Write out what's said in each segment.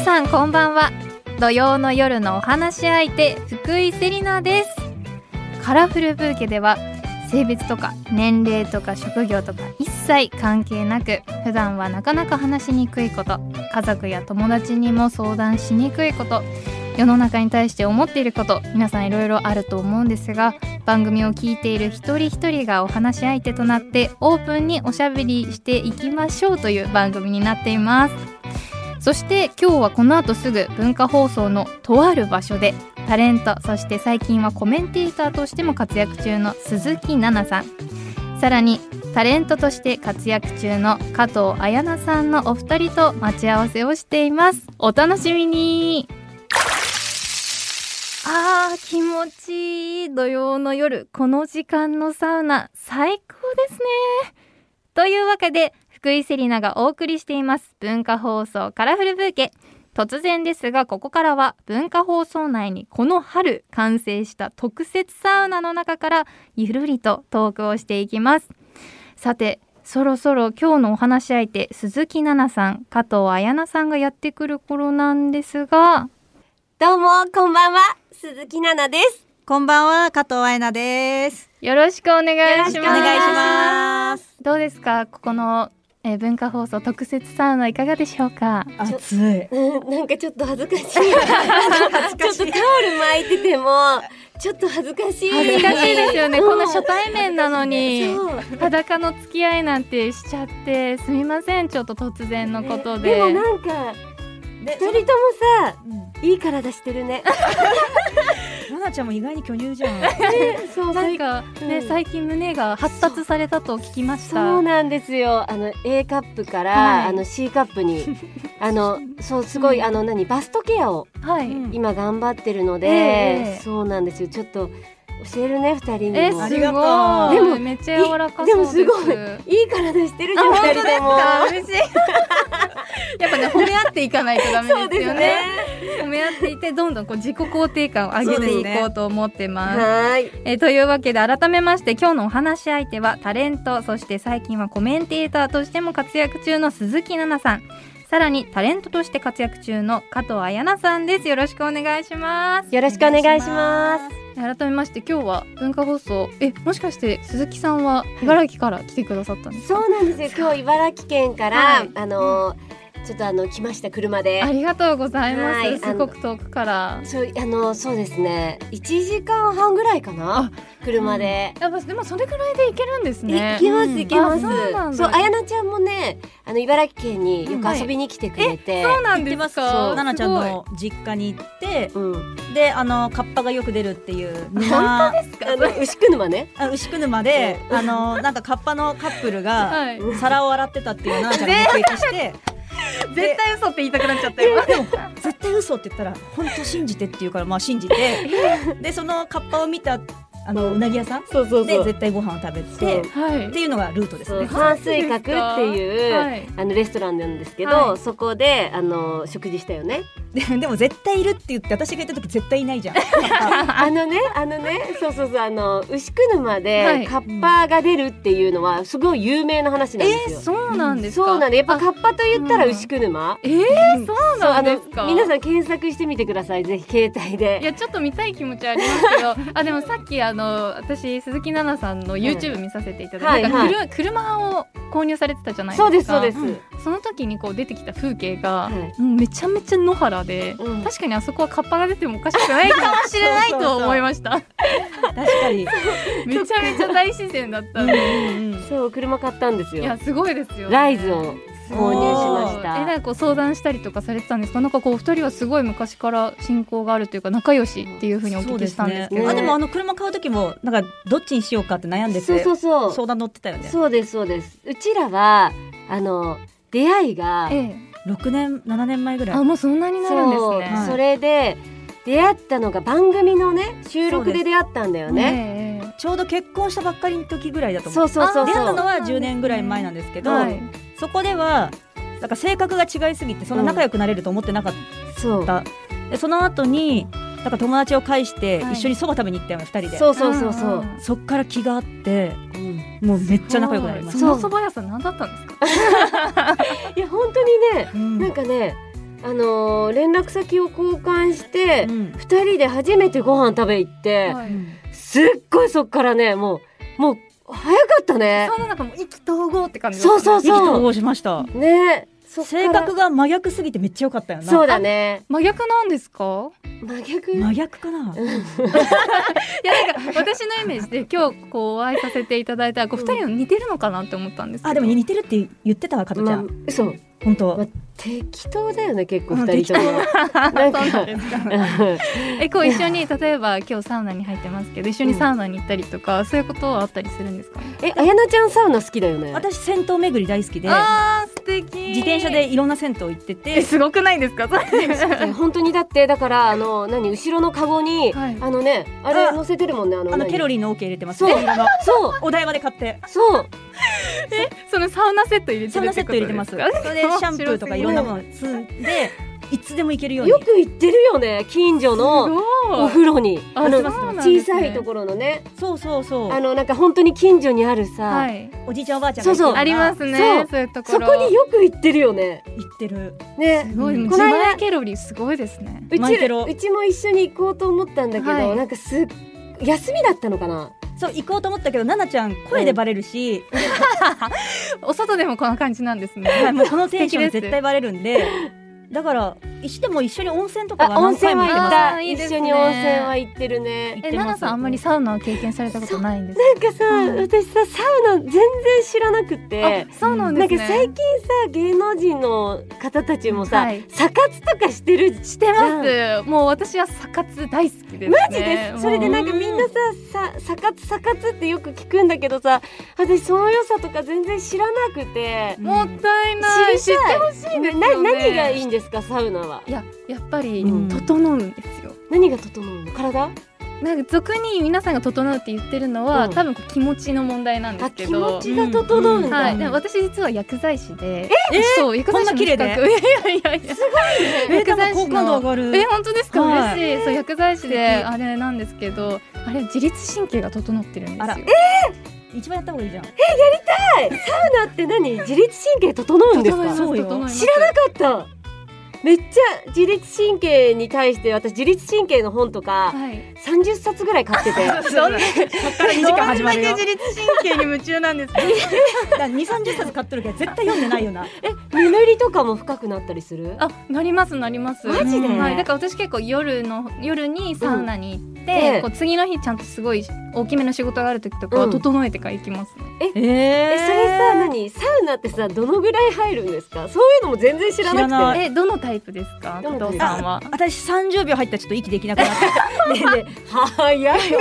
さんこんばんは土曜の夜のお話し相手福井セリナですカラフルブーケでは性別とか年齢とか職業とか一切関係なく普段はなかなか話しにくいこと家族や友達にも相談しにくいこと世の中に対して思っていること皆さんいろいろあると思うんですが番組を聞いている一人一人がお話し相手となってオープンにおしゃべりしていきましょうという番組になっていますそして今日はこの後すぐ文化放送のとある場所でタレントそして最近はコメンテーターとしても活躍中の鈴木奈々さんさらにタレントとして活躍中の加藤綾菜さんのお二人と待ち合わせをしていますお楽しみにあー気持ちいい土曜の夜この時間のサウナ最高ですねというわけで福井セリナがお送りしています文化放送カラフルブーケ突然ですがここからは文化放送内にこの春完成した特設サウナの中からゆるりとトークをしていきますさてそろそろ今日のお話し相手鈴木奈々さん加藤綾菜さんがやってくる頃なんですがどうも、こんばんは。鈴木奈々です。こんばんは、加藤愛菜です。よろしくお願いしますよろしくお願いします。どうですかここの、えー文化放送特設サウナいかがでしょうか暑い。うん、なんかちょっと恥ずかしい。ちょっとタオル巻いてても、ちょっと恥ずかしい。恥ずかしいですよねうんこの初対面なのにそう裸の付き合いなんてしちゃってすみませんちょっと突然のことででもなんか、で二、人ともさ、いい体してるね。ななちゃんも意外に巨乳じゃん。そうなんかね、うん最近胸が発達されたと聞きましたそうなんですよ。あの A カップから、はいあの C カップに、あのそうすごい、うんあの何バストケアをはい、うん今頑張ってるので、ええそうなんですよ。ちょっと教えるね二人にも。えあすりがごいとででももめっちゃ柔らかそうでですもすごいいい体してるじゃんあ二人でも。嬉しいやっ ぱね褒め合っていかないとダメそうですでよすねね。褒め合っていてどんどんこう自己肯定感を上げていこうと思ってますはーい。えーというわけで改めまして今日のお話し相手はタレントそして最近はコメンテーターとしても活躍中の鈴木奈々さんさらにタレントとして活躍中の加藤彩奈さんですよろしくお願いしますよろしくお願いします。改めまして今日は文化放送えもしかして鈴木さんは茨城から来てくださったんですか、そうなんですよ。今日茨城県から、はいあのーちょっとあの来ました車で。ありがとうございます、はいすごく遠くからそうあのそうですね。一時間半ぐらいかな。車で。やっぱでもそれぐらいで行けるんですいね行けますうん行けます。あそうなんだそうあやなちゃんもね、あの茨城県にようんくはい遊びに来てくれて。そうなん行っでてすかますよ。ななちゃんすごいの実家に行って、うん、で、あのカッパがよく出るっていう沼、あの牛久沼 ね。あ牛久沼で、あのなんかカッパのカップルがはい、皿を洗ってたっていうななちゃんが目撃して、絶対嘘って言いたくなっちゃったよでも絶対嘘って言ったら本当信じてって言うからまあ信じて、でそのカッパを見たあのうなぎ屋さんそうそうで。絶対ご飯を食べそうてはいっていうのがルートですそうね。反水閣っていう、はいあのレストランなんですけど、はいそこであの食事したよね。で でも絶対いるって言って私が言った時絶対いないじ ゃん。あのね、あのね、そうそうそう、あの牛久沼はでいカッパが出るっていうのはすごい有名な話なんですえよ。ー、そうなんですか。そうなんで、やっぱあカッパと言ったらうん牛久沼。えー、うんそうそう、なあんでのすか。、皆さん検索してみてください、ぜひ携帯いで。やちょっと見たい気持ちはありますけ ど、あでもさっきあの私鈴木奈々さんの YouTube 見させていただいた、はいはいなんか車車を購入されてたじゃないですか。そうです、そうです。うんその時にこう出てきた風景が、はいうんめちゃめちゃ野原で、うん確かにあそこはカッパが出てもおかしくないかもしれないと思いました。確かに。めちゃめちゃ大自然だったうんで。んうんそう、車買ったんですいやよ。すごいですよ、ライズを購入しましえなた。んかこう相談したりとかされてたんですか。なんかこうお二人はすごい昔から親交があるというか仲良しっていうふうにお聞きしたんですけそうど。あねでもあの車買う時もなんかどっちにしようかって悩んでてそうそうそう。相談乗ってたよね。そうです、そうです。うちらは、あの出会いが。ええ、六年七年前ぐらあい。もうそんなになるんですそうね。それで出会ったのが番組のね収録で出会ったんだよね。ね。ええちょうど結婚したばっかりの時ぐらいだと思。そううそうそう出会そったうの。は10年ぐらい前なんですけど、はい。そこではなんか性格が違いすぎてそんな仲良くなれると思ってなかっそうた、でその後になんか友達を介してはい一緒にそば食べに行ったよね2人でそうそうそうそんう。んそっから気があってうんもうめっちゃ仲良くなりましそその蕎う麦屋さん何だったんですか。いや本当にねた、うんなんかねあのー連絡先を交換して、うん二人で初めてご飯食べ行って、はいすっごいそっからねもうもう早かったねそんな中も意気投合って感じそうそう意気投そう合しましたねそっから性格が真逆すぎてめっちゃ良かったよなそうだね真逆なんですか真逆真逆かな、いやなんか私のイメージで今日こうお会いさせていただいたらこううん二人の似てるのかなって思ったんですけどあでも似てるって言ってたわ加トちゃん、まあそう本当、まあ適当だよね結構うん二人ともなんか そうですか えこう一緒に例えば今日サウナに入ってますけど一緒にサウナに行ったりとか、そういうことはあったりするんですか、ね、え綾菜ちゃんサウナ好きだよね私銭湯巡り大好きであー素敵自転車でいろんな銭湯行ってえてすごくないですかそれえ本当にだってだからあの何後ろのカゴに、はいあのねあれ乗せてるもんねあのあの何ケロリーのオ、ケ入れてますそうね色々そうお台場で買ってそう そのサウナセット入れてそんるなっセてッこトとで入れてますすそかれでシャンプーとかいろんなもの積んでいつでも行けるようによく行ってるよね近所のおすごい風呂にああそのうなんですね小さいところのねそうそうそうあのなんか本当に近所にあるさ、はいおじいちゃんおばあちゃんが行ってそうるようなありますねそうそういうとこそろこによく行ってるよね行ってるねすごいうん自この間前ケロリーすごいですねうちマイケロうちも一緒に行こうと思ったんだけど、はいなんかすっ休みだったのかなそう行こうと思ったけど奈々ちゃん声でバレるし、お外でもこんな感じなんですねはいもうこのテンション素敵です絶対バレるんでだからしても一緒に温泉とかあは温何泉回もは行った行ってますあーいいです一ね緒に温泉は行ってるねえ奈々さんあんまりサウナを経験されたことないんですなんかさ、うん私さサウナ全然知らなくてあ、そうなんなでんかすね最近さ芸能人の方たちもさ、はいサカツとかしてるししてますもう私はサカツ大好きです、ね、マジです、それでなんかもうみんなささサカツサカツってよく聞くんだけどさ私その良さとか全然知らなくてもったいない知りたい知ってほしいですよねな何がいいんですかサウナはいややっぱりうん整うんですよ、何が整うの体なんか俗に皆さんが整うって言ってるのは、うん多分こう気持ちの問題なんであすけ気ど持ちが整うんだ、はうい、んでも私実は薬剤師でえーそう薬剤師の資格こん いやいやいやね薬剤師好感度の上がるえ本当ですか、はい嬉しいそう薬剤師で素敵あれなんですけどあれ自律神経が整ってるんであすらよ一番やった方がいいじゃんサウナって何自律神経整うんです整いまかすそうそうよ整います知らなかっためっちゃ自律神経に対して私自律神経の本とかはい 30冊ぐらい買ってて そんなそっから2時間始まるよどんだけ自律神経に夢中なんですか2、30冊買っとるけど絶対読んでないよな眠りとかも深くなったりするあなりますなりますマジではい、だから私結構夜の夜にサウナに行って、ええこう次の日ちゃんとすごい大きめの仕事がある時とかはうん整えてから行きますね、ええそれ さ何サウナってさどのぐらい入るんですかそういうのも全然知らなくて知らないえどのタイプですかどのタ工イプ藤さんは私30秒入ったらちょっと息できなくなってねえねえ早いね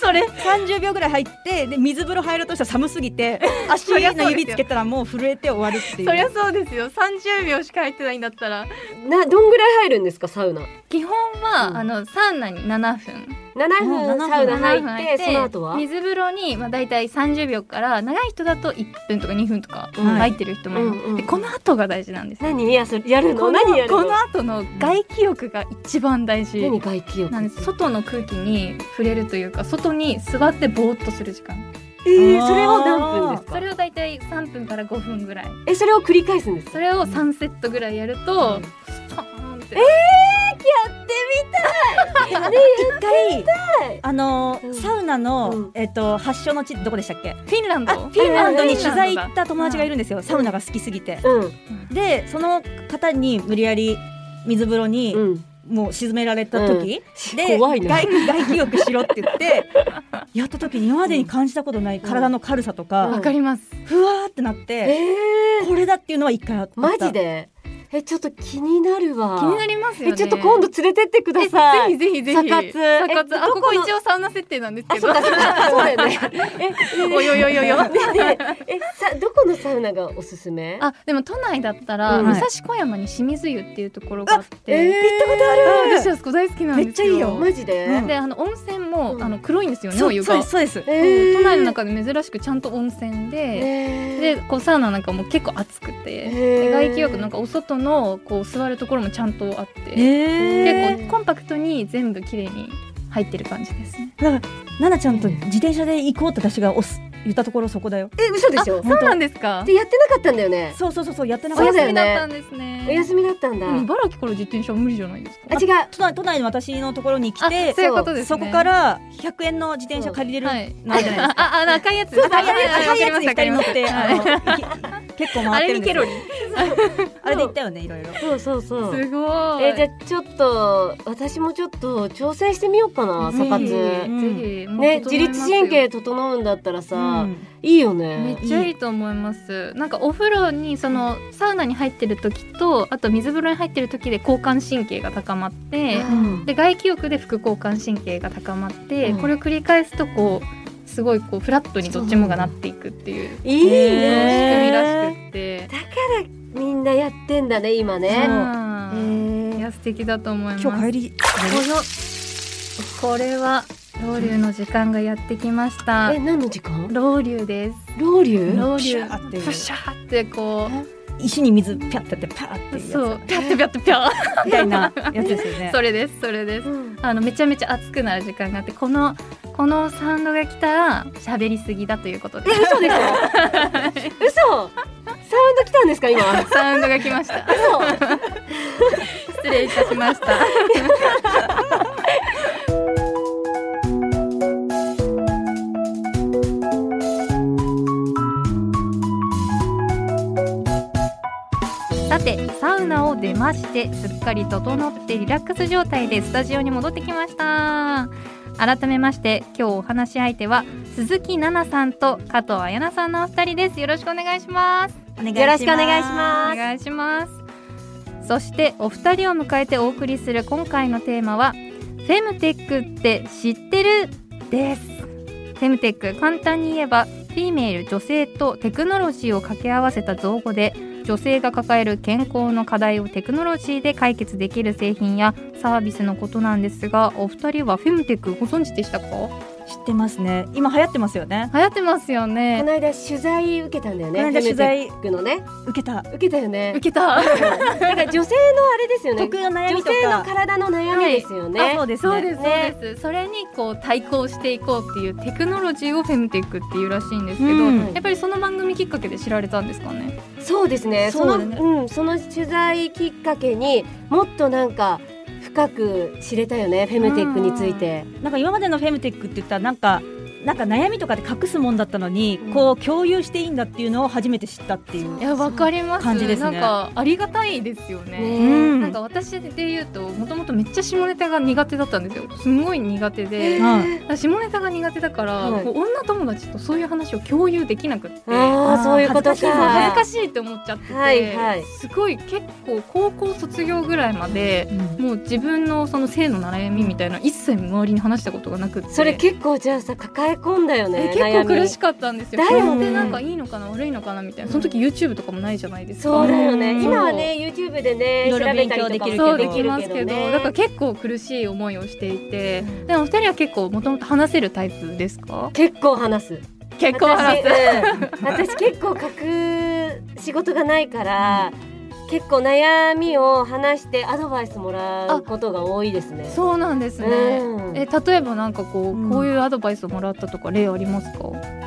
それ30秒ぐらい入ってで水風呂入ろうとしたら寒すぎて足そりゃそうですよの指つけたらもう震えて終わるっていうそりゃそうですよ30秒しか入ってないんだったらなどんぐらい入るんですかサウナ基本は、うんあのサウナに7分7分うん7サウナ入7っ分てその後は水風呂に、まあ、大体30秒から長い人だと1分とか2分とかうん入ってる人もいます、うんうんでこの後が大事なんです何やそれやるのこの何やるこのの後の外気浴が一番大事何外気浴なんです外の空気に触れるというか外に座ってぼーっとする時間えー、それを何分ですそかれを大体3分から5分ぐらいえそれを繰り返すんですそかれを3セットぐらいやると、うんスパーンって一回いあのうんサウナの、うんえっと発祥の地どこでしたっけフフィンランドフィンランドに取材行だった友達がいるんですよサウナが好きすぎてうんでその方に無理やり水風呂にうんもう沈められた時、で怖いな外外気浴しろって言って やった時に今までに感じたことない体の軽さとか、わかりますふわーってなっえて、ー、これだっていうのは一回あったマジでえちょっと気になるわ気になりますよえねちょっと今度連れてってくださいえぜひぜひぜひサカツサカツえあどここのこ一応サウナ設定なんですあけそどう かそうかそうだ よねえおよよよよねねえさどこのサウナがおすすめあでも都内だったら、うん武蔵小山に清水湯っていうところがあってえー私はそこ大好きなんですよめっちゃいいよマジで、うんであの温泉も、うんあの黒いんですよねそおう湯そうがですそうですえー都内の中で珍しくちゃんと温泉で、えーでこうサウナなんかも結構暑くて、えでー外気浴なんかお外のこう座るところもちゃんとあって、えー、結構コンパクトに全部きれいに入ってる感じですね。だから奈々ちゃんと自転車で行こうって私がおす言ったところそこだよえ嘘でしょそうなんですかでやってなかったんだよねそうそうそうそうやってなおかっそう休みだよただねったんですおね休みだったんだでも茨城から自転車は無理じゃないですかあ違う都内都内の私のところに来てあそういうことですねそこから100円の自転車借りれるはいなんじゃないですかあ、あ、あ赤いやつ赤いやつ赤いやつにわ二かり人乗まっすてわかりますあのき結構あ回っれにてるんですケよロリあれで行ったよねいろいろそうそうそうすごいえーじゃあちょっと私もちょっと挑戦してみようかなぜサひカツひぜひもうね整自い律ますよ神経整うんだったらさ、うんいいよめっねちゃいいと思いますなんかお風呂にそのサウナに入ってる時とあと水風呂に入ってる時で交感神経が高まってうんで外気浴で副交感神経が高まって、うんこれを繰り返すとこうすごいこうフラットにどっちもがなっていくっていういい仕へね組みらしくって、だからみんなやってんだね今うねんいや素敵だと思います今日帰りこのこれは老流の時間がやってきましたえ何の時間老流ですロウリュロウリシュャーってプシャーってこ石に水ピャッてやってパーってうやつそうピャってピャってピャみたいなやつですよね それですそれですうんあのめちゃめちゃ熱くなる時間があってこのこのサウンドが来たら喋りすぎだということでえ嘘でしょ嘘サウンド来たんですか今サウンドが来ました嘘失礼いたしました さてサウナを出ましてすっかり整ってリラックス状態でスタジオに戻ってきました改めまして今日お話し相手は鈴木奈々さんと加藤彩奈さんのお二人ですよろしくお願いしますお願いよろしくお願いしおます願いしますそしてお二人を迎えてお送りする今回のテーマはフェムテックって知ってるですフェムテック簡単に言えばフィメール女性とテクノロジーを掛け合わせた造語で女性が抱える健康の課題をテクノロジーで解決できる製品やサービスのことなんですがお二人はフェムテックご存知でしたか流知ってますね今流行ってますよね行ってますよこねの間取材受けたんだよこねの間取材フェムテックのね受けた受けたよね受けただから女性のあれですよね得意の悩女みとか性の体の悩みですよね、あそうですそうねです、そうですそれにこう対抗していこうっていうテクノロジーをフェムテックっていうらしいんですけど、うんやっぱりその番組きっかけで知られたんですかねそうですね。そそうだのねうんその取材きっかけにもっとなんか深く知れたよねフェムテックについて。なんか今までのフェムテックって言ったらなんかなんか悩みとかで隠すもんだったのに、うんこう共有していいんだっていうのを初めて知ったっていういやわかります感じですねなんかありがたいですよねねうんなんか私で言うともともとめっちゃ下ネタが苦手だったんですよすごい苦手で、ーはい下ネタが苦手だから、はいこう女友達とそういう話を共有できなくってああーあそういうことか。恥ずかしいそう恥ずかしい。しいって思っちゃってて、はいはいすごい結構高校卒業ぐらいまでうんもう自分のその性の悩みみたいな一切周りに話したことがなくってそれ結構じゃあさ抱え込んだよえね。結悩構み苦しかったんですよ。だこれよっねてなんかいいのかな悪いのかなみたいなその時 YouTube とかもないじゃないですか。そうだよね。うん今はね YouTube でねいろ調いろべたりとかも勉強できるけどそうできますけどねだから結構苦しい思いをしていてうんでもお二人は結構もともと話せるタイプですか結構話す。結構話す私,、うん、私結構書く仕事がないから。結構悩みを話してアドバイスもらうことが多いですね。そうなんですね、うんえ例えばなんかこう、うんこういうアドバイスをもらったとか例ありますか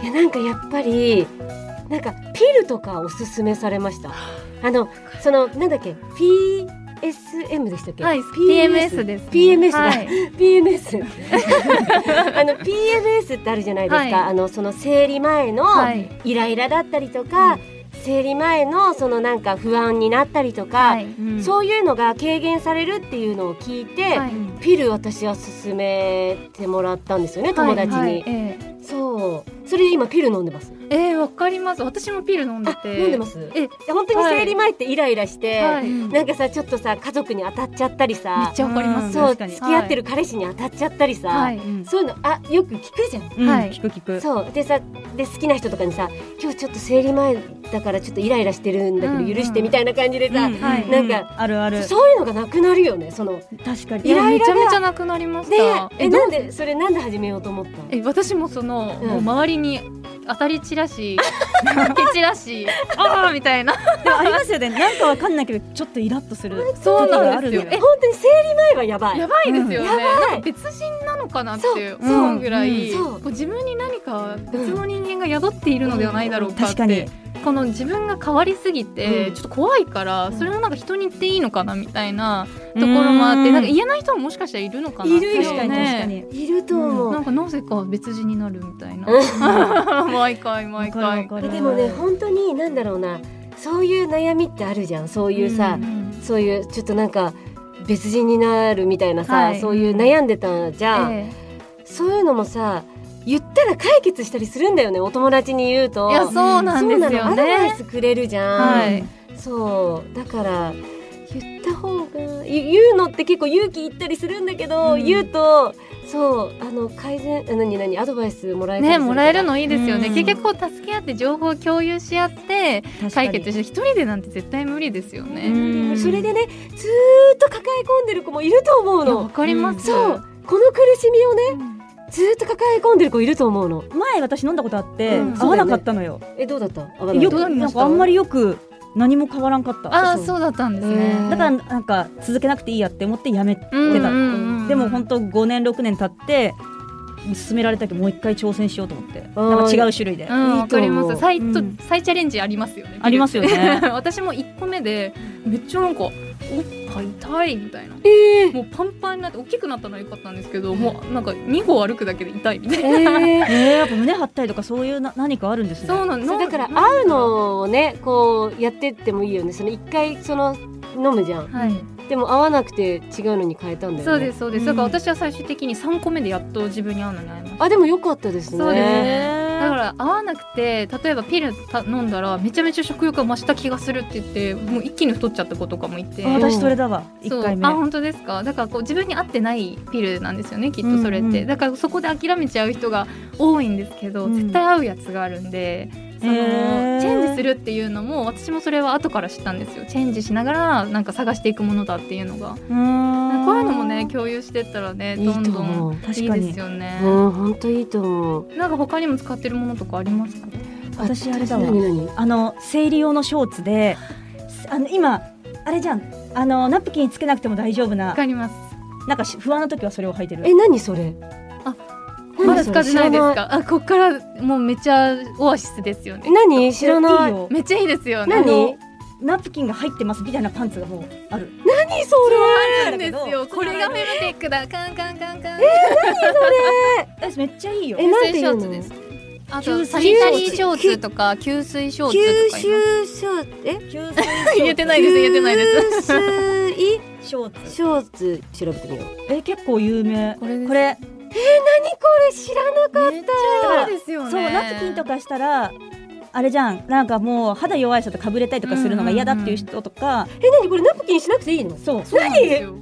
いやなんかやっぱりなんかピルとかおすすめされましたあのそのなんだっけ PSM でしたっけ、はい、 PS PMS です、 PMS だはい PMS あの PMS ってあるじゃないですか、はいあのその生理前のはいイライラだったりとか、う生理前のそのなんか不安になったりとか、はいうんそういうのが軽減されるっていうのを聞いて、はいピル私は勧めてもらったんですよね友達に、はいはいええそうそれで今ピル飲んでますえー、わかります。私もピル飲んであて。飲んでますえ、いや本当に生理前ってイライラして、はい。うんめっなんかさちょっとさ家族に当たっちゃったりさちゃわかります。そう確かに付き合ってる彼氏に当たっちゃったりさ、はい。うんそういうのあよく聞くじゃん。うんはい聞く聞くそうでさで好きな人とかにさ「今日ちょっと生理前だからちょっとイライラしてるんだうけんうどん許して」みたいな感じでさ、うんはいうんなんかあるあるそそういうのがなくなるよねその。確かにいイやラめイラちがゃめちゃなくなりましでた。えどなうんでそれなんで始めようと思ったのえ私もその、うんもう周りに当たり散らし、蹴散らし、ああみたいな。でもありますよねなんかわかんないけどちょっとイラッとするそうなんですよ。時があるのえよ本当に生理前はやばい。やばいですよね。うんやばいなんか別人なのかなってそう思うぐらい、そうそうこう自分に何か別の人間が宿っているのではないだろうかっ確かにてこの自分が変わりすぎてうんちょっと怖いからそれもなんか人に言っていいのかなみたいなとところもあってなんかい言えない人ももしかしたらいるのかなっているいうよ確かに確かに、いると思う、なんかなぜか別人になるみたいな う毎回毎回わかるわかるでもね本当に何だろうなそういう悩みってあるじゃんそういうさ、うんそういうちょっとなんか別人になるみたいなさ、はいそういう悩んでたじゃん、えそういうのもさ言ったら解決したりするんだよねお友達に言うえといやそうなんそでうすなのアよドバイねスくれるじゃん、はいそうだから言った方がゆ言うのって結構勇気いったりするんだけど、うん言うとそうあの改善あ何何アドバイスもらえたりねするからもらえるのいいですよねうん結局こう助け合って情報を共有し合って確かに解決して一人でなんて絶対無理ですようねんうんそれでねずーっと抱え込んでる子もいると思ういやわのかりますそうこの苦しみをねうんずーっと抱え込んでる子いると思うの前私飲んだことあって、うん合わなかったのよえどうだった合わなかよっどたくうなりなまんしたかあんまりよく何も変わらんかったああそうそうだったんですへーねだからなんか続けなくていいやって思ってやめてた、うんうんうんでも本当5年6年経って勧められたけどもう一回挑戦しようと思ってなんか違う種類で、うんいいと思うわかります再とうん再チャレンジありますよねありますよね 私も一個目でめっちゃなんかおっぱい痛いみたいなえーもうパンパンになって大きくなったのは良かったんですけどもうなんか2歩歩くだけで痛いみたいなえー え ーやっぱ胸張ったりとかそういうな何かあるんですねそうなんそう だからなん会うのをねこうやってってもいいよねその一回その飲むじゃんはいでも合わなくて違うのに変えたんだよねそうですそうです、うんだから私は最終的に3個目でやっと自分に合うのに会いましたあでも良かったですねそうですねだかえら合わなくて例えばピルた飲んだらめちゃめちゃ食欲が増した気がするって言ってもう一気に太っちゃった子とかもいてーあ私それだわ一そう回目あ本当ですかだからこう自分に合ってないピルなんですよねきっとそれって、うんうんだからそこで諦めちゃう人が多いんですけど、うん絶対合うやつがあるんでその、へーチェンジするっていうのも私もそれは後から知ったんですよチェンジしながらなんか探していくものだっていうのがうーんこういうのもね共有してったらねいいどんとどん思うい確いかでにすよね。うん本当いいと思うなんか他にも使ってるものとかありますか？私あれだわ何何あの生理用のショーツであの今あれじゃんあのナプキンつけなくても大丈夫なわかります。なんかし不安な時はそれを履いてるえ何それあ何まだそ使れってないです知らか？あ、こっからもうめっちゃオアシスですよね。何知らないいよめっちゃいいですよね。何あのナプキンが入ってますみたいなパンツがもうある何そあるんですよ。これがフェムテックだ。カンカンカンカン。え私めっちゃいいよえなんてシ言ョうーツのです。あ吸と水サニタリーショーツとか吸水ショーツとか言います。ショーツえ吸水言えてないです。言えてないです。吸ショー水ツショーツ調べてみようえ結構有名これですこれ何これ知らなかっめっちゃいいですよね。そうナプキンとかしたらあれじゃんなんかもう肌弱い人とかぶれたりとかするのが嫌だっていう人とか、たえ何これナプキンしなくていいのそうそうなんですよ。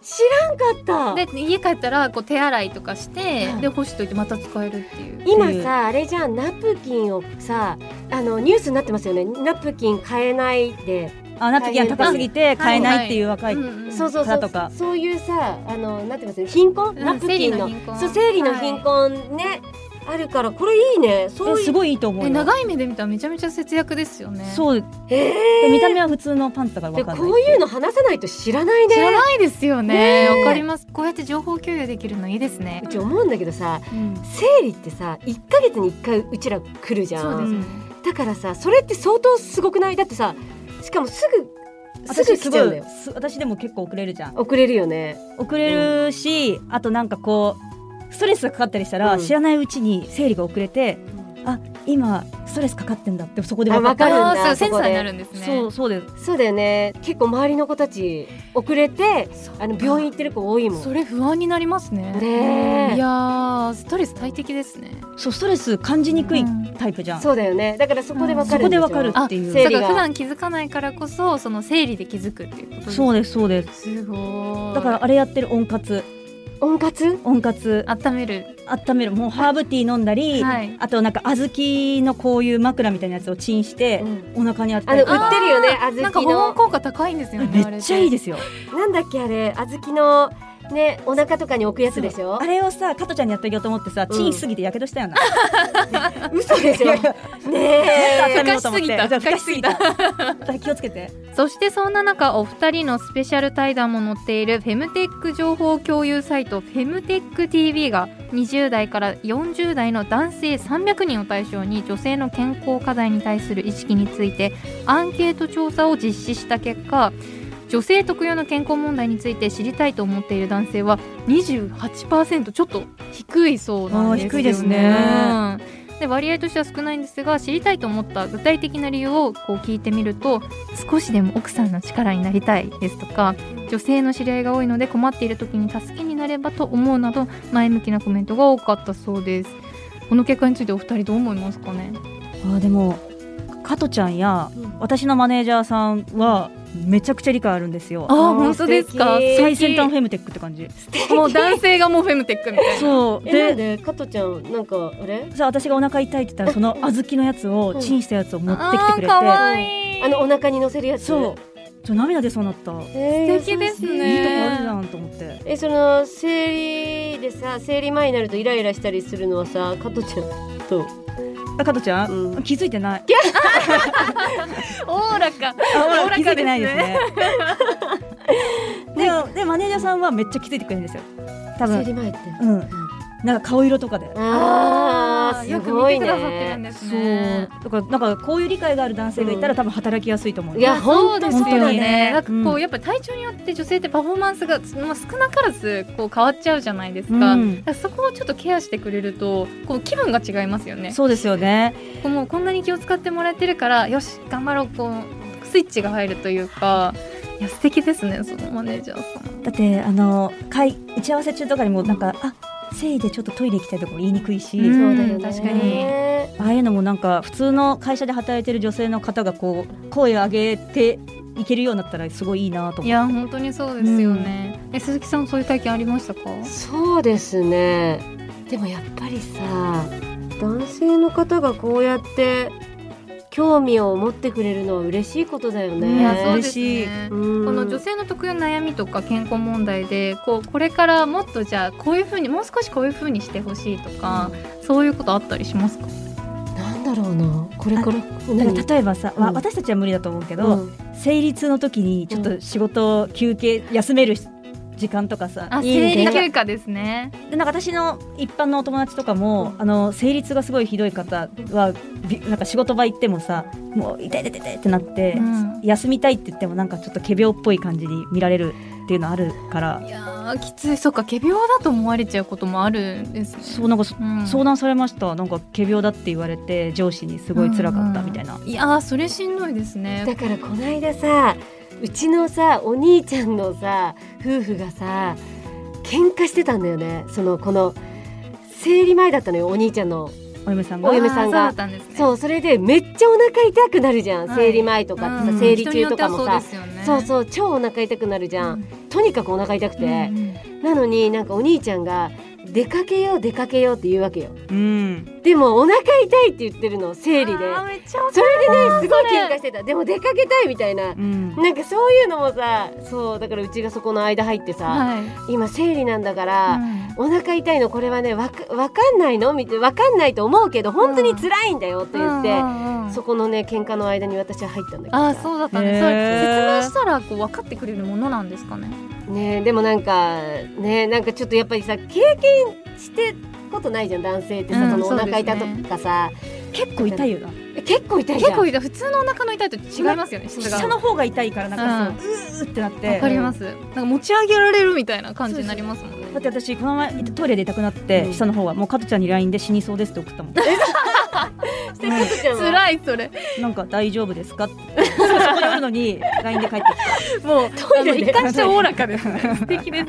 知らんかったで家帰ったらこう手洗いとかしてうんで干しといてまた使えるっていう。今うんさあれじゃんナプキンをさあのニュースになってますよねナプキン買えないで、あナプキンが高すぎて買えないっていう若い、うんうんそうそうそかうとかそういうさあのなってますよね貧困、うんナプキン生理のの貧困そう生理の貧困ね、あるからこれいいねそうえいすうごいいいと思うえよ長い目で見たらめちゃめちゃ節約ですよね。うそうえで見た目は普通のパンツだからーわでかんないこういうの話さないと知らないね知らないですよね。ねえわかります。こうやって情報共有できるのいいですねう。ち思うんだけどさうん生理ってさ一ヶ月に一回うちら来るじゃそうですんね。だからさそれって相当すごくないだってさしかもすぐすぐ私来すちゃうんごだいよす私でも結構遅れるじゃん遅れるよね遅れるし、あとなんかこうストレスがかかったりしたら、うん知らないうちに生理が遅れてあ今ストレスかかってんだってそこで分かったあわかるんあーだそうセンそサーこでになるんですね。そうそうですそうだよね結構周りの子たち遅れてそうあの病院行ってる子多いもんそれ不安になりますね。ねえいやーストレス大敵ですね。そうストレス感じにくいうんタイプじゃん、そうだよねだからそこでわかそるこんででしょ分かるっていうだ生か理がら普段気づかないからこそその生理で気づくっていうことです。そうですそうですすごい。だからあれやってる温活温活温活温める。温めるもうハーブティー飲んだり、はいあとなんか小豆のこういう枕みたいなやつをチンして、お腹にあっあたの売りっとかてるよねなんか小保豆温の効果高いんですよね。めっちゃいいでですよなんだっけあれ小豆のねお腹とかに置くやつでしょあれをさ加トちゃんにやってあげようと思ってさ、うんチンしすぎてやけどしたよな嘘でしょねえかしすぎたふかしすぎたふ気をつけてそしてそんな中お二人のスペシャル対談も載っているフェムテック情報共有サイトフェムテック TV が20代から40代の男性300人を対象に女性の健康課題に対する意識についてアンケート調査を実施した結果女性特有の健康問題について知りたいと思っている男性は28%ちょっと低いそうなんですよね。あー低いですねで割合としては少ないんですが知りたいと思った具体的な理由をこう聞いてみると少しでも奥さんの力になりたいですとか女性の知り合いが多いので困っている時に助けになればと思うなど前向きなコメントが多かったそうですこの結果についてお二人どう思いますかねあでも加トちゃんや私のマネージャーさんはめちゃくちゃ理解あるんですよあー本当ですか素敵最先端フェムテックって感じもう男性がもうフェムテックみたいなそうえなんでで加トちゃんなんかあれさ私がお腹痛いって言ったらその小豆のやつをチンしたやつを持ってきてくれてあー可愛いあのお腹に乗せるやつそうちょ涙出そうになったいいとこえー素敵ですね優しいあるじゃんと思ってえその生理でさ生理前になるとイライラしたりするのはさ加トちゃんとあ加トちゃん、うん気づいてないおおらかあほらおおらか気づいてないです ねでもでマネージャーさんはめっちゃ気づいてくれるんですよ多生分理前ってうんなんか顔色とかでああすよく見ごていくださってるんねですそうねだからなんかこういう理解がある男性がいたら、多分働きやすいと思ういやあそうです本当よにね。ねなんかこう、うんやっぱり体調によって女性ってパフォーマンスが、まあ、少なからずこう変わっちゃうじゃないですか。うんだからそこをちょっとケアしてくれるとこう気分が違いますよね。そうですよねこうもうこんなに気を使ってもらえてるからよし頑張ろうこうスイッチが入るというかいや素敵ですねそのマネージャーさん。だってあの会打ち合わせ中とかにもなんか、あ誠意でちょっとトイレ行きたいとかも言いにくいし、うんそうだよね確かにああいうのもなんか普通の会社で働いてる女性の方がこう声を上げていけるようになったらすごいいいないと思ってや本当にそうですよね。え鈴木さんそういう体験ありましたか？そうですねでもやっぱりさ男性の方がこうやって興味を持ってくれるのは嬉しいことだよねいやそうで嬉すしいね。うんこの女性の特有の悩みとか健康問題でこうこれからもっとじゃあこういうふうにもう少しこういうふうにしてほしいとか、そういうことあったりしますかなんだろうなこれからなん何か例えばさ、わうん私たちは無理だと思うけど、うん生理痛の時にちょっと仕事休憩休める時間とかさあいいね生理休暇ですねでなんか私の一般のお友達とかも、あの生理痛がすごいひどい方はびなんか仕事場行ってもさもう痛い痛い痛いってなって、うん休みたいって言ってもなんかちょっと仮病っぽい感じに見られるっていうのあるからいやーきついそうか仮病だと思われちゃうこともあるんですねそうなんかそ、うん相談されましたなんか仮病だって言われて上司にすごい辛かったみたいな、いやーそれしんどいですねだからこの間さうちのさお兄ちゃんのさ夫婦がさ喧嘩してたんだよねそのこの生理前だったのよお兄ちゃんのお嫁さんおが嫁さんがあーそうだったんですねそうそれでめっちゃお腹痛くなるじゃん、はい生理前とかってさ、うん生理中とかもさ人によってはそそううですよねそう超お腹痛くなるじゃん、とにかくお腹痛くてう、んなのになんかお兄ちゃんが出かけよう出かけようって言うわけようんでもお腹痛いって言ってるの生理であーめっちゃわかそれでねすごいそれ喧嘩してたでも出かけたいみたいなうんなんかそういうのもさそうだからうちがそこの間入ってるさ、はい、今生理なんだから、うんお腹痛いのこれはねわかわかんないのみたいなわかんないと思うけど本当に辛いんだよって言って、うんうんうんそこのね喧嘩の間に私は入ったんだけどあさーそうだったんです、へーそれ説明したらこう分かってくれるものなんですかねねえでもなんかねえなんかちょっとやっぱりさ経験してことないじゃん男性ってさ、うんそのおそう腹です痛ねとかさ、結構痛いよなえ結構痛いじゃ結ん構痛い普通のお腹の痛いと違いますよね質が下の方が痛いからなんかそう、うーってなってわかりますなんか持ち上げられるみたいな感じになりますもんねだって私この前トイレで痛くなって、うん下の方はもう加トちゃんに LINE で死にそうですって送ったもんして加トちゃんは辛いそれなんか大丈夫ですかってそこにおるのに LINE で帰ってきたもうトイレであの一貫しておおらか ですね素敵です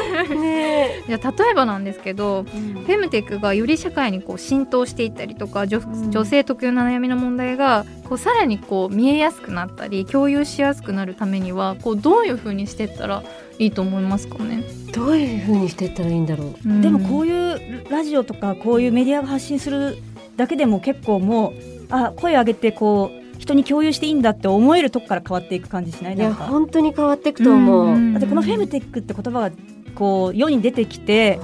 ねえじゃあ例えばなんですけどフェムテックがより社会にこう浸透していったりとか女,、ん女性特有の悩みの問題がこうさらにこう見えやすくなったり共有しやすくなるためにはこうどういうふうにしてったらいいと思いますかね、どういう風にしてったらいいんだろううんでもこういうラジオとかこういうメディアが発信するだけでも結構もうあ声上げてこう人に共有していいんだって思えるとこから変わっていく感じしないいなやんか本当に変わっていくと思う、んんだってこのフェムテックって言葉がこう世に出てきて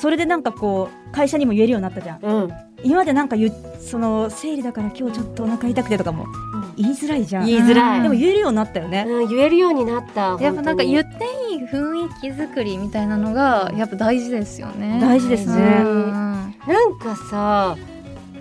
それでなんかこう会社にも言えるようになったじゃんうん、今までなんか言うその生理だから今日ちょっとお腹痛くてとかも言いづらいじゃん言いづらい、うんでも言えるようになったよね、うん、言えるようになったやっぱなんか言言っていいい雰囲気作りみたいなのがやっぱ大事ですよね。大事ですねうんなんかさ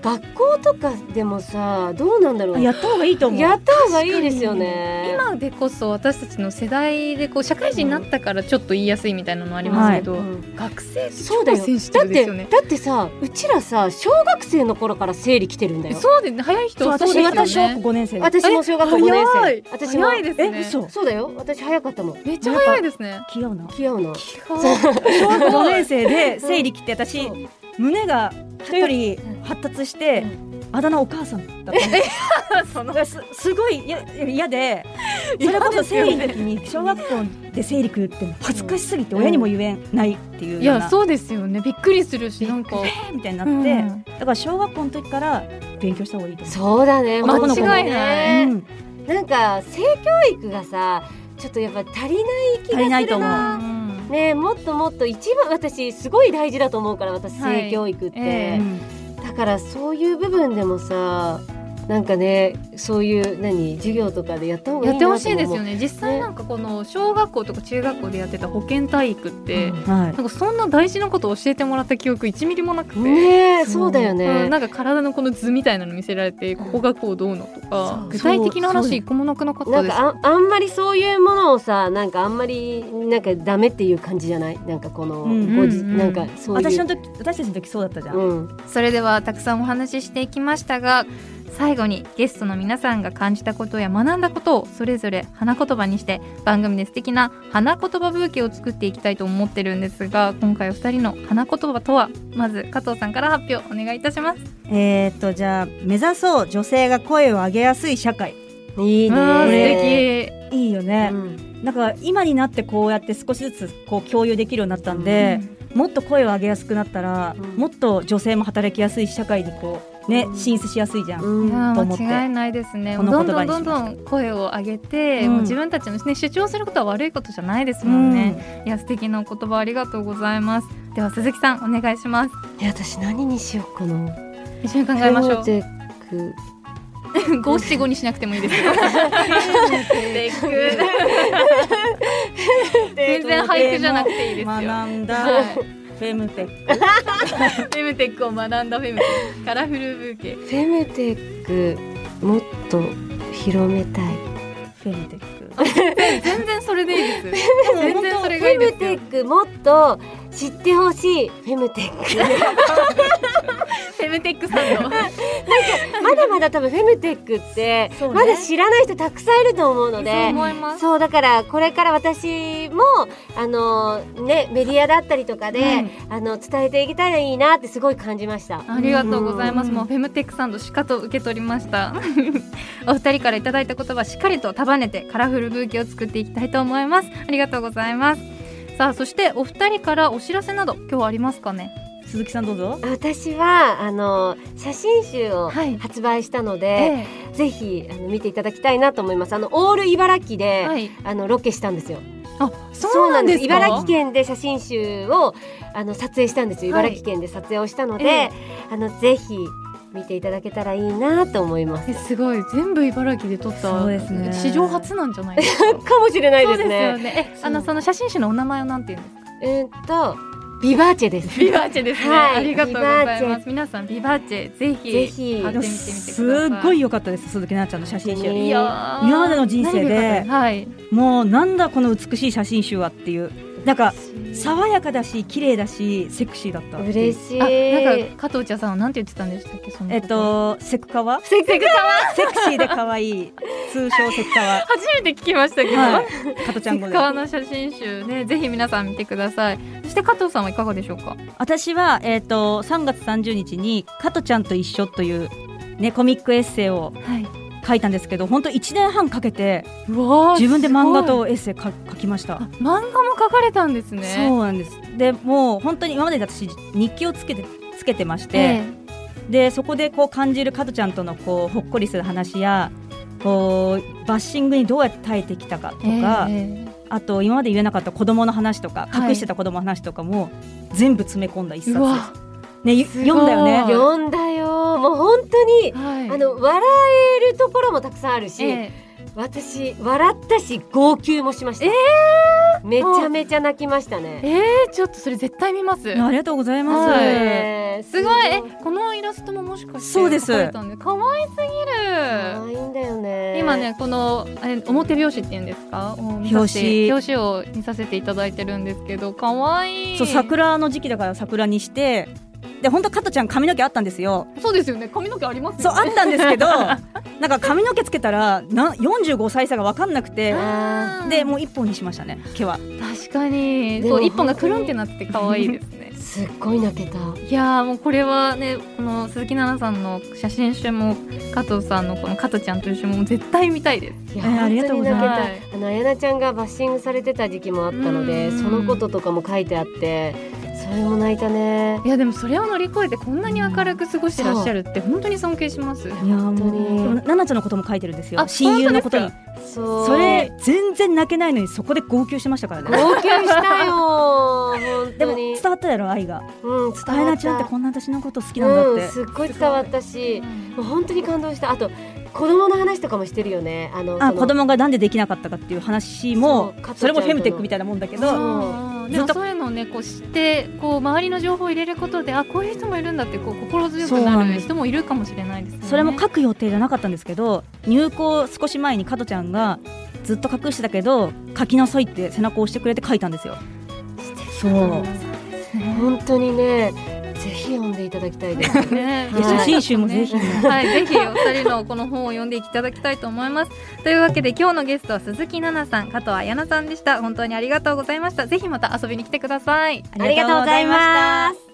学校とかでもさどうなんだろうやった方がいいと思うやった方がいいですよね今でこそ私たちの世代でこう社会人になったからちょっと言いやすいみたいなのもありますけど、うんうん学生ってそう超だよセンシテだィっブですよてね。だってさうちらさ小学生の頃から生理来てるんだよそうですね早い人そうは私そうですよね。私小学校5年生私も小学校5年早生い私も早いですね。え嘘そうだよ私早かったもんめっちゃ早いですね。気合うな気合うの小学校5年生で生理来て私そう胸が人より発達してあだ名お母さんだったのすすごいや嫌でそれこそ生理の時に小学校で生理来るって恥ずかしすぎて親にも言えないっていういようやなそうですよね。びっくりするしなんかえーみたいになうんってだから小学校の時から勉強した方がいいと思そうだね間男の子も違いない。ううんなんか性教育がさちょっとやっぱ足りない気足りながすいとる思うなねもっともっと一番私すごい大事だと思うから私はい性教育って、ええだからそういう部分でもさなんかねそういう何授業とかでやった方がいやいっなてとほし思ういですよね実際なんかこの小学校とか中学校でやってた保健体育って、うんはいなんかそんな大事なことを教えてもらった記憶1ミリもなくて、ねえそうだようねん、なんか体のこの図みたいなの見せられてここがこうどうのとそかう具体的なそう話一個もなくなかっなたんですかああんまりそういうものをさなんかあんまりなんかダメっていう感じじゃないなんかこの、うんごじうんうんなんかそういう私の時私たちの時そうだったじゃん、うん、それではたくさんお話ししていきましたが最後にゲストの皆さんが感じたことや学んだことをそれぞれ花言葉にして番組で素敵な花言葉ブーケを作っていきたいと思ってるんですが今回お二人の花言葉とはまず加藤さんから発表お願いいたしますえーっとじゃあ目指そう女性が声を上げやすい社会いいねわあ素ね敵いいよね、うんなんか今になってこうやって少しずつこう共有できるようになったんで、もっと声を上げやすくなったら、うんもっと女性も働きやすい社会にこうね進出しやすいじゃん、いやうんとー思って間違いないですねこどんどのん言葉にしまどんしたどん声を上げて、うんもう自分たちの、ね、主張することは悪いことじゃないですもんね、いや素敵なお言葉ありがとうございますでは鈴木さんお願いしますいや私何にしようかな一緒に考えましょうテーク五七五にしなくてもいいですよ。全然俳句じゃなくていいですよ。は学んだ、フいェムテックフェムテックを学んだフェムテックカラフルブーケ。フェムテックもっと広めたいフェムテック全然それでいいです。全然それフがいェいでムすテよ。ックもっと知ってほしいフェムテックフェムテックさんの。 まだまだ多分フェムテックって、そうねまだ知らない人たくさんいると思うのそうで思います。そうだからこれから私もあのねメディアだったりとかで、あの伝えていけたらいいなってすごい感じましたありがとうございます。うんもうフェムテックサンドしかと受け取りました。 お二人からいただいた言葉しっかりと束ねてカラフルブーケを作っていきたいと思います。ありがとうございます。さあそしてお二人からお知らせなど今日はありますかね。鈴木さんどうぞ私はあの写真集をはい発売したので、えぜひあの見ていただきたいなと思いますあのオール茨城で、えはい。あのロケしたんですよあそうなんですか。茨城県で写真集をあの撮影したんですよ。はい茨城県で撮影をしたので、ええあのぜひ見ていただけたらいいなと思います。えすごい全部茨城で撮ったそうですね史上初なんじゃないです かかもしれないですそうね。ですよねえそうあのその写真集のお名前をなんていうんですかえーっとビバーチェです。ビバーチェですね、はいありがとうございます皆さんビバーチェぜひぜひ買ってみてみてすくださいっごい良かったです鈴木奈々ちゃんの写真集本当にいやー今までの人生で何が良かったすはいもうなんだこの美しい写真集はっていうなんか爽やかだし綺麗だしセクシーだったっていう嬉しい。あなんか加藤茶さんはなんて言ってたんでしたっけそのえっとセクカワせっかくセクシーで可愛い通称セクカワ初めて聞きましたけど、はい加トちゃん語で川の写真集ねぜひ皆さん見てくださいそして加藤さんはいかがでしょうか私は、えっと3月30日に「加トちゃんと一緒」という、ね、コミックエッセイをはい書いたんですけど本当1年半かけてうわー自分で漫画すごいとエッセイか書きました、あ漫画も書かれたんですねそうなんですでもう本当に今まで私日記をつけてつけてまして、えでそこでこう感じる加トちゃんとのこうほっこりする話やこうバッシングにどうやって耐えてきたかとえええか、えあと今まで言えなかった子供の話とかはい隠してた子供の話とかも全部詰め込んだ一冊うです、わね、ゆすごい読んだよね読んだよ。もう本当当に、はいあの笑えるところもたくさんあるし、え私笑ったし号泣もしました、えめちゃめちゃ泣きましたえね、ええちょっとそれ絶対見ますありがとうございます。はいえーすごいえこのイラストももしかしてそうです描かれたんで可愛す可ぎ愛いんだよねる今ねこのえ表表紙っていうんですかを見さ表せ紙表紙を見させていただいてるんですけど可愛いそう桜の時期だから桜にしてで本当加トちゃん髪の毛あったんですよそうですよね髪の毛ありますそうよあねったんですけどなんか髪の毛つけたらな45歳差が分かんなくてあでもう一本にしましたね毛は確かにでもそう一本がくるんってなって可愛いです ねすっごい泣けたいやーもうこれはねこの鈴木奈々さんの写真集も加藤さんのこの加トちゃんという集も絶対見たいですいや、えーありが本とう当ごに泣ざいますけたあの綾菜ちゃんがバッシングされてた時期もあったのでうんそのこととかも書いてあってそれも泣いたねいやでもそれを乗り越えてこんなに明るく過ごしてらっしゃるって本当に尊敬しますいやも本う当にでも奈々ちゃんのことも書いてるんですよあ親友のことにそうそれ全然泣けないのにそこで号泣してましたからね号泣 したよ本で当もに伝わったやろ愛がうん伝綾わ菜ったちゃんってこんな私のこと好きなんだって、うん、すっごい伝わったしもう本当に感動したあと子供の話とかもしてるよねあのあその子供がなんでできなかったかっていう話もそう加トちゃんとのそれもフェムテックみたいなもんだけそどううでもずっとそういうのをねこう知ってこう周りの情報を入れることであこういう人もいるんだってこう心強くそうななんるです人もいるかもしれないですねそれも書く予定じゃなかったんですけど入校少し前に加トちゃんがずっと隠してたけど書きなさいって背中を押してくれて書いたんですよそう本当にねぜひ読んでいただきたい ですねいや写真集もぜひはい、ぜひお二人のこの本を読んでいただきたいと思います。というわけで今日のゲストは鈴木奈々さん、加藤綾菜さんでした。本当にありがとうございました。ぜひまた遊びに来てください。ありがとうございます